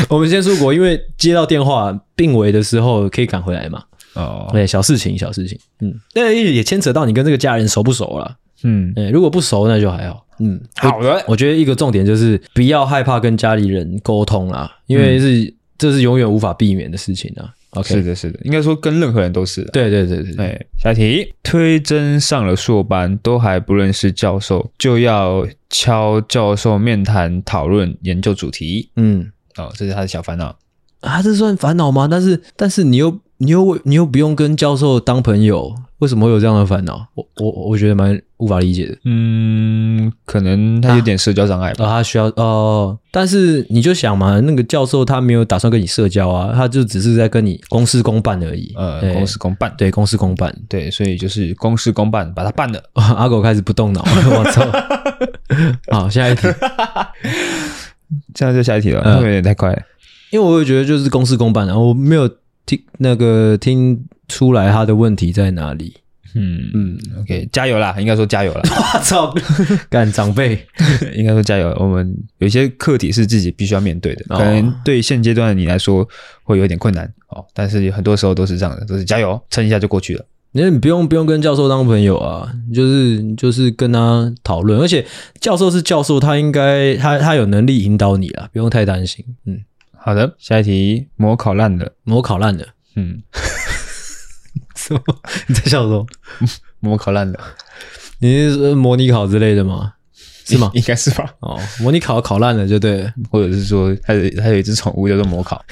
我们先出国，因为接到电话病危的时候可以赶回来嘛。哦，对，哎小事情，小事情。嗯，但也牵扯到你跟这个家人熟不熟了。嗯，对，如果不熟，那就还好。嗯，好的，我觉得一个重点就是不要害怕跟家里人沟通啦，因为是、这是永远无法避免的事情啊。是 OK，的，是的，应该说跟任何人都是的。对对对对，哎，下一题，推甄上了硕班都还不认识教授，就要敲教授面谈讨论研究主题嗯哦，这是他的小烦恼。啊，这算烦恼吗？但是但是你又你又你又不用跟教授当朋友，为什么会有这样的烦恼？我我我觉得蛮无法理解的。嗯，可能他有点社交障碍吧。哦，他需要哦，但是你就想嘛，那个教授他没有打算跟你社交啊，他就只是在跟你公事公办而已。呃，对公事公办，对公事公办， 对，所以就是公事公办，把它办了。哇阿狗开始不动脑， 我操！好，下一题。这样就下一题了，嗯会不会有点太快了。因为我会觉得就是公事公办啊，我没有听那个听出来他的问题在哪 里。嗯嗯， ，OK，加油啦，应该说加油啦，我操，干长辈， 应该说加油。我们有一些课题是自己必须要面对的，哦可能对现阶段的你来说会有点困难哦，但是很多时候都是这样的，都是加油，撑一下就过去了。你你不用不用跟教授当朋友啊，你就是你就是跟他讨论，而且教授是教授，他应该他他有能力引导你啊，不用太担心。嗯，好的，下一题，模考烂了，我考烂了，嗯，什么？ 你在笑什么？模考烂了，？你是说模拟考之类的吗？ 是吗 应该是吧，哦，模拟考考烂了就对了。或者是说，它有它有一只宠物叫做模考，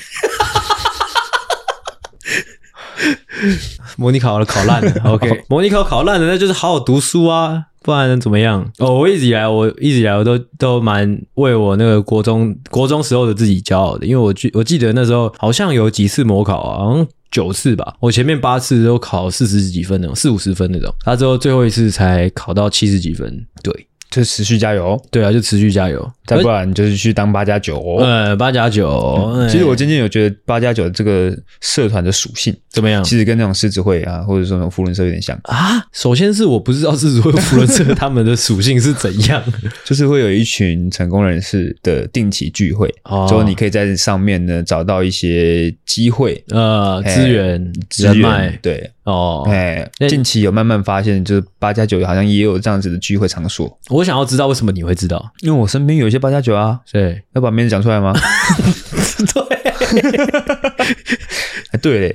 模拟考考烂 了，OK，模拟考考烂了，那就是好好读书啊，不然能怎么样？哦，我一直以来，我一直以来我都都蛮为我那个国中国中时候的自己骄傲的，因为我记我记得那时候好像有几次模考啊，好像九次吧，我前面八次都考四十几分那种，四五十分那种，他之后最后一次才考到七十几分，对就持续加油，对啊，就持续加油，再不然就是去当八加九哦。呃八加九，哎其实我渐渐有觉得八加九这个社团的属性，怎么样？其实跟那种狮子会啊，或者说那种福伦社有点像，啊，首先是我不知道是会福伦社他们的属性是怎样，就是会有一群成功人士的定期聚会， 哦之后你可以在上面呢找到一些机会、呃，哎资源、资人源脉，对，哦。哎、那近期有慢慢发现，就是八加九好像也有这样子的聚会场所，我想要知道为什么你会知道？因为我身边有一些八加九啊，对要把名字讲出来 吗？对， 哎对嘞，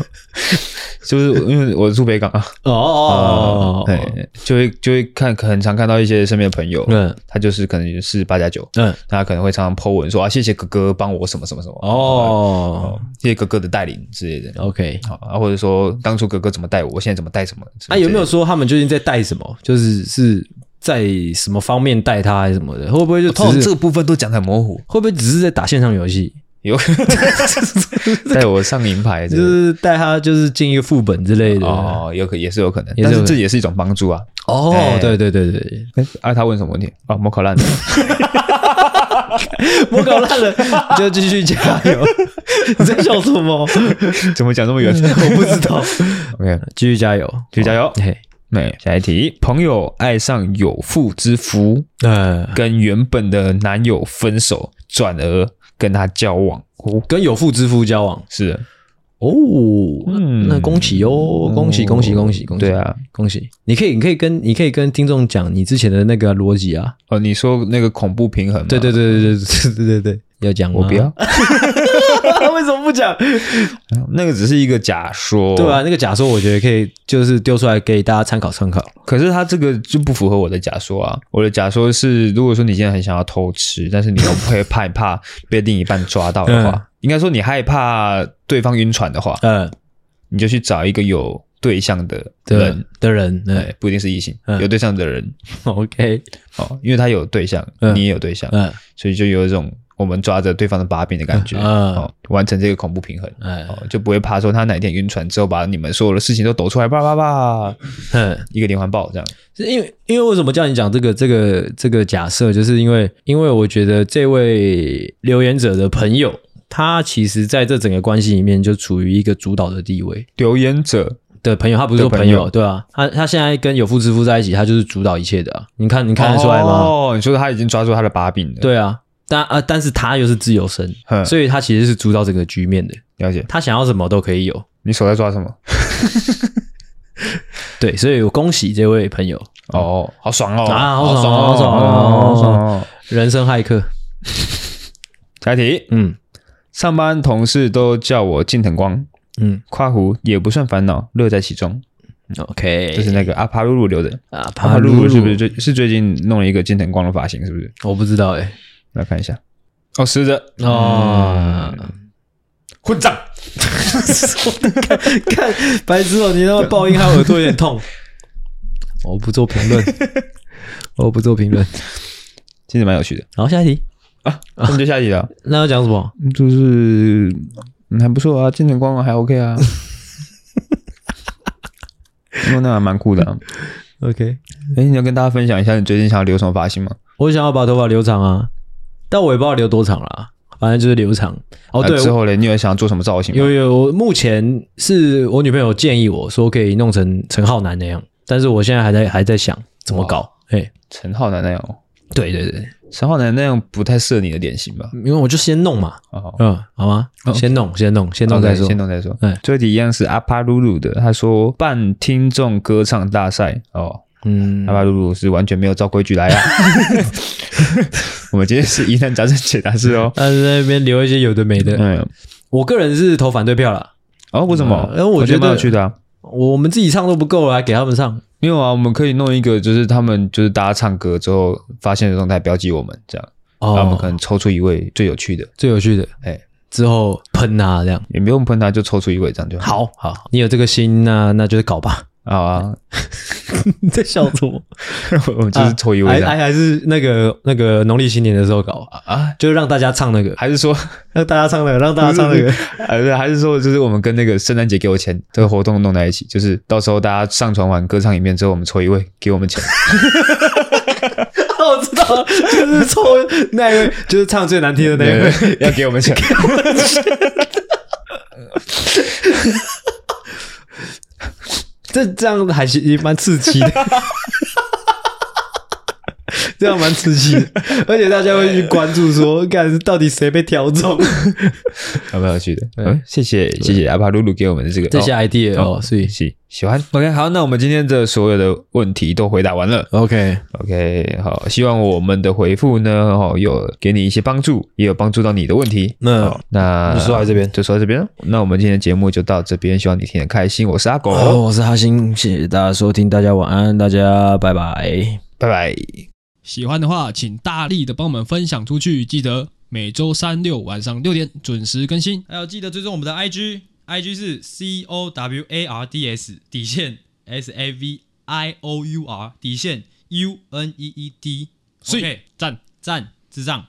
就是因为我住北港啊，哦哦，哎，就会就会看，很常看到一些身边的朋友，嗯他就是可能是八加九，嗯，他可能会常常 po 文说啊，谢谢哥哥帮我什么什么什么，哦哦，谢谢哥哥的带领之类的， ，OK。好啊，或者说当初哥哥怎么带我，我现在怎么带什么，啊，有没有之说他们究竟在带什么？就是是在什么方面带他，还是什么的？会不会就类的？通只常是这个部分都讲得很模糊，会不会只是在打线上游戏？ 有带我上银牌之就类的。是带他就是进一个副本之类的？哦，有可也是有可能，也是有但可是能这也是一种帮助啊。哦哎，对对对对，哎啊，他问什么问题？啊，摩考烂的，我搞烂了， 你就继续加 油。你在笑什么？ 怎么讲这 么远我不知道。 ？OK，继续加油，继续加油。嘿，那下一题，朋友爱上有妇之夫，呃，跟原本的男友分手，转而跟他交往。哦，跟有妇之夫交往是的，哦，嗯那恭喜哦，恭喜恭喜恭喜恭喜！对，啊，恭喜！你可以，你可以跟你可以跟听众讲你之前的那个逻辑啊。哦，你说那个恐怖平衡吗？对对对对对对对对对，要讲吗我不要。 为什么不讲？啊那个只是一个假说，对啊，。那个假说我觉得可以，就是丢出来给大家参考参考。可是他这个就不符合我的假说啊！我的假说是，如果说你现在很想要偷吃，但是你又不会害怕被另一半抓到的话，嗯应该说你害怕对方晕船的话，呃，你就去找一个有对象的的人，的人，对 对，不一定是异性，嗯有对象的人，OK，哦，因为他有对象，嗯你也有对象，嗯所以就有一种我们抓着对方的把柄的感觉，嗯哦，完成这个恐怖平衡。嗯哦，就不会怕说他哪天晕船之后把你们所有的事情都抖出来，叭叭叭，嗯，一个连环爆这样。是因为因为为什么叫你讲这个这个这个假设，就是因为因为我觉得这位留言者的朋友，他其实在这整个关系里面就处于一个主导的地位。留言者，的朋友，他不是说的朋朋友，友对啊，他他现在跟有妇之夫在一起，他就是主导一切的、啊。你看，你看得出来吗？哦，你说他已经抓住他的把柄了，对啊，但啊、但是他又是自由身，哼，所以他其实是主导整个局面的。了解。他想要什么都可以有，你手在抓什么？对，所以我恭喜这位朋友，哦，好爽哦，嗯啊好爽爽哦哦，好爽哦好爽哦。人生骇客。下一题，嗯上班同事都叫我近藤光，嗯夸胡也不算烦恼，乐在其中。 ，OK，就是那个阿帕露露留的，啊，阿帕帕露鲁露是不是最是最近弄了一个金藤光的发型？是不是？我不知道哎、来看一下，啊哦，是的，哦，混账！看 白痴哦、你那个爆音害我耳朵有点痛。 我不做评 论，我不做评论。其实蛮有趣的然后下一题，啊。 那们就下一题了，那要讲什么？就是嗯还不错啊，金藤光还 OK 啊，因为那还蛮酷的、啊。 OK，哎，你要跟大家分享一下你最近想要留什么发型吗？我想要把头发留长啊，但我也不知道留多长啦，反正就是留长。哦，啊对，之后嘞，你有想要做什么造型吗？有有，我目前是我女朋友建议我说可以弄成陈浩南那样，但是我现在还在还在想怎么搞。哎、陈浩南那样哦，对对对，陈浩南那样不太适合你的脸型吧？因为我就先弄嘛，哦，嗯，好吗？先弄，先弄，先弄再说。先动再说。嗯最后一题一样是阿帕鲁鲁的，他说办听众歌唱大赛哦，嗯阿，帕鲁鲁是完全没有照规矩 来啊。 我们今天是疑难杂症解答式 哦。但是在那边留一些有的没的。嗯，我个人是投反对票啦，哦，为什么？嗯呃我觉得蛮有趣的啊。我们自己唱都不够了，还给他们唱。没有啊，我们可以弄一个，就是他们就是大家唱歌之后发现的动态标记我们这样，然后我们可哦，能抽出一位最有趣的，最有趣的，哎，之后喷他这样。也不用喷他，就抽出一位这样就好。好好，你有这个心，那那就是搞吧。好啊， 你 在笑什 么？我们就是抽一位还这样还还是那个那个农历新年的时候搞，啊，就是让大家唱那个，还是说让大家唱那个，让大家唱那个。还是哎还是说，就是我们跟那个圣诞节给我钱这个活动弄在一起，就是到时候大家上传完歌唱影片之后，我们抽一位给我们钱。 我知道了，就是抽那一位，就是唱最难听的那一位。对，要给我们 钱。这这样还是也蛮刺激的， 这样蛮刺激的，而且大家会去关注说，看到底谁被挑中。蛮有趣的。对嗯，谢谢谢谢阿帕露露给我们的这个 这些 idea 哦哦，所以喜喜欢。OK，好，那我们今天的所有的问题都回答完了。 OK， OK，好，希望我们的回复呢，哦，有给你一些帮助，也有帮助到你的问题。那好那就说到这边就说到这边。那我们今天的节目就到这边，希望你听得开心。我是阿狗，哦，我是哈星，谢谢大家收听，大家晚安，大家拜拜。拜拜。喜欢的话，请大力的帮我们分享出去，记得每周三六晚上六点准时更新。还有记得追踪我们的 IG，IG 是 C O W A R D S 底线 S A V I O U R 底线 U N E E D，所以 OK，赞。赞智障。